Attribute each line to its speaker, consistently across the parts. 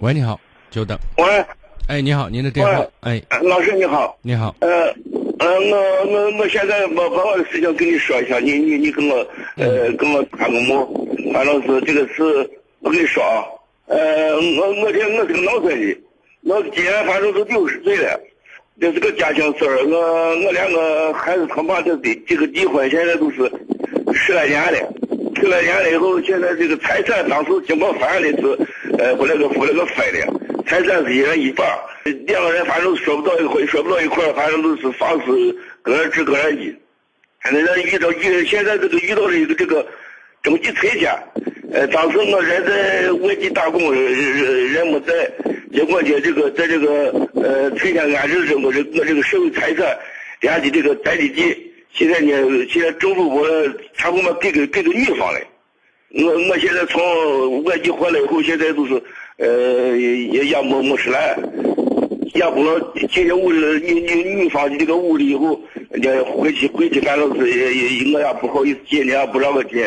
Speaker 1: 喂，你好，久等。
Speaker 2: 喂，
Speaker 1: 哎，你好，您的电话
Speaker 2: 喂。
Speaker 1: 哎，
Speaker 2: 老师你好，
Speaker 1: 你好。
Speaker 2: 呃，呃，我我我现在把把我的事情跟你说一下，你你你跟我呃跟我打个幕，樊老师，这个事我跟你说啊，呃，我我这我是个农村的，我今年反正都六十岁了，这是个家乡事儿，我我连我孩子他妈这的这个离婚现在都是十来年了。十来年了以后，现在这个财产当时经过法院的是，呃，后来个后来个分了，财产是一人一半儿，两个人反正说不到一块，说不到一块儿，反正都是房子个人置个人一。反正遇到遇现在这个遇到了一个这个征集拆迁，呃，当时我人在外地打工，人人人没在，结果呢，这个在这个呃拆迁安置中，我这我这个社会财产，人家的这个宅基地，现在呢，现在政府我全部嘛给给给个女方了。我我现在从外地回来以后，现在都是呃也也没没事来，也不能进入屋里女女女方的这个屋里以后，也回去回去反正是也也我也不好意思进，人家不让我进。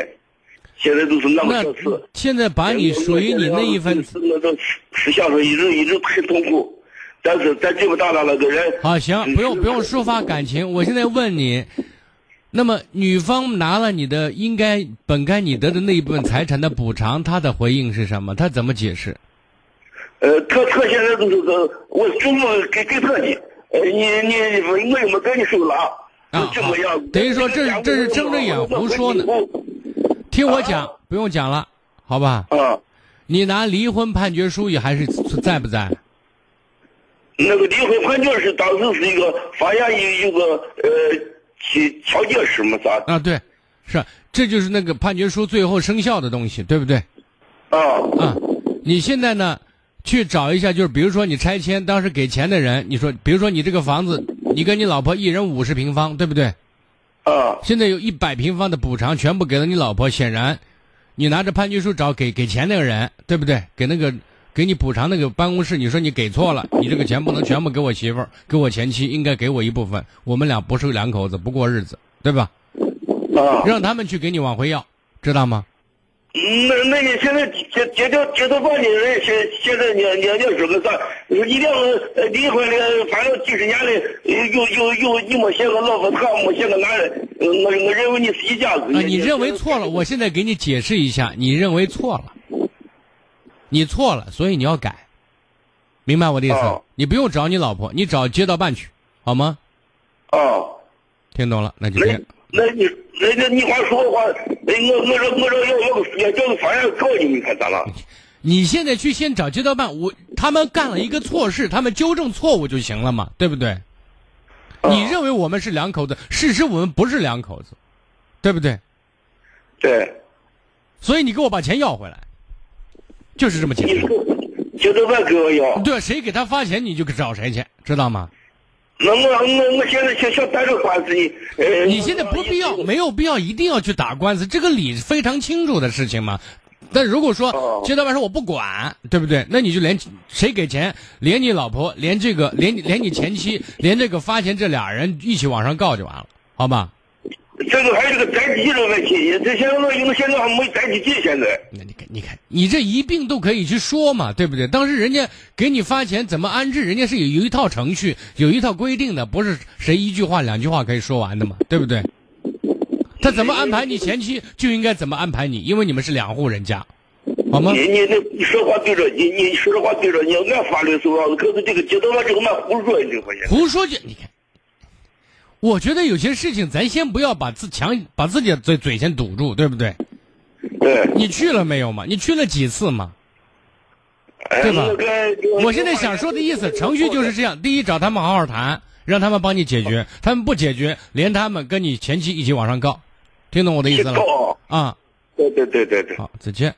Speaker 2: 现在都是那么
Speaker 1: 那
Speaker 2: 小事。哎
Speaker 1: 现在把你属于你那一份子。
Speaker 2: 我都是想说一直一直很痛苦，但是咱这么大的那个人，
Speaker 1: 好，行，不用不用抒发感情。我现在问你，那么女方拿了你的应该本该你得的那一部分财产的补偿，她的回应是什么？她怎么解释？
Speaker 2: 呃，他他现在就是说，我怎么给给他的？呃，你你你我又没跟你说了啊，
Speaker 1: 啊
Speaker 2: 就这么样
Speaker 1: 好。等于说这是这是睁着眼胡说呢听我讲，不用讲了，好吧？
Speaker 2: 啊，
Speaker 1: 你拿离婚判决书也还是在不在？
Speaker 2: 那个离婚判决是当时是一个法院有有个呃调调解师嘛啥
Speaker 1: 啊，对，是，这就是那个判决书最后生效的东西，对不对？
Speaker 2: 啊
Speaker 1: 啊，你现在呢，去找一下，就是比如说你拆迁当时给钱的人，你说，比如说你这个房子，你跟你老婆一人五十平方，对不对？
Speaker 2: 啊
Speaker 1: 现在有一百平方的补偿全部给了你老婆，显然，你拿着判决书找给给钱那个人，对不对？给那个给你补偿那个办公室，你说你给错了，你这个钱不能全部给我媳妇儿，给我前妻，应该给我一部分，我们俩不是两口子，不过日子，对吧？
Speaker 2: 啊。
Speaker 1: 让他们去给你往回要，知道吗？
Speaker 2: 那那你现在解解决解决办的人现现在你你你说个啥？一定呃离婚了，反正几十年了，又又又你没像个老婆，他没像个男人，呃我我认为你是一家子。
Speaker 1: 啊，你认为错了，我现在给你解释一下，你认为错了，你错了，所以你要改，明白我的意思？
Speaker 2: 哦
Speaker 1: 你不用找你老婆，你找街道办去，好吗？
Speaker 2: 啊。
Speaker 1: 听懂了，那就这
Speaker 2: 那
Speaker 1: 样。
Speaker 2: 那你那那你话说的话，那我我说我说要要要叫法院告你，你看咋了？
Speaker 1: 你现在去先找街道办，我他们干了一个错事，他们纠正错误就行了嘛，对不对？你认为我们是两口子，事实我们不是两口子，对不对？
Speaker 2: 对，
Speaker 1: 所以你给我把钱要回来，就是这么简
Speaker 2: 你
Speaker 1: 单。
Speaker 2: 是决定办给我要。
Speaker 1: 对，啊谁给他发钱你就找谁去，知道吗？
Speaker 2: 那我我我现在想想打这官司呢，呃，
Speaker 1: 你现在不必要，没有必要一定要去打官司，这个理是非常清楚的事情嘛。但如果说
Speaker 2: 哦
Speaker 1: 街道办说我不管，对不对？那你就连谁给钱，连你老婆，连这个，连你，连你前妻，连这个发钱这俩人一起往上告就完了，好吧？
Speaker 2: 这个还有这个宅基地的问题，这现在我因为现在还没宅基地，现在
Speaker 1: 那你看，你看，你这一并都可以去说嘛，对不对？当时人家给你发钱怎么安置，人家是有有一套程序，有一套规定的，不是谁一句话两句话可以说完的嘛，对不对？他怎么安排你前妻，就应该怎么安排你，因为你们是两户人家，好吗
Speaker 2: 你？你那你说话对着你你说话对着你按法律走啊，可是这个街道办这个蛮胡说，你这回去。
Speaker 1: 胡说就你看，我觉得有些事情咱先不要把自强把自己的嘴嘴先堵住，对不对？
Speaker 2: 对，
Speaker 1: 你去了没有嘛？你去了几次嘛？
Speaker 2: 哎
Speaker 1: 对吧
Speaker 2: 那个呃
Speaker 1: 我现在想说的意哦思，程序就是这样：第一，找他们好好谈，让他们帮你解决；他们不解决，连他们跟你前妻一起往上告，听懂我的意思了？
Speaker 2: 告，
Speaker 1: 啊，
Speaker 2: 对对对对对。
Speaker 1: 好，再见。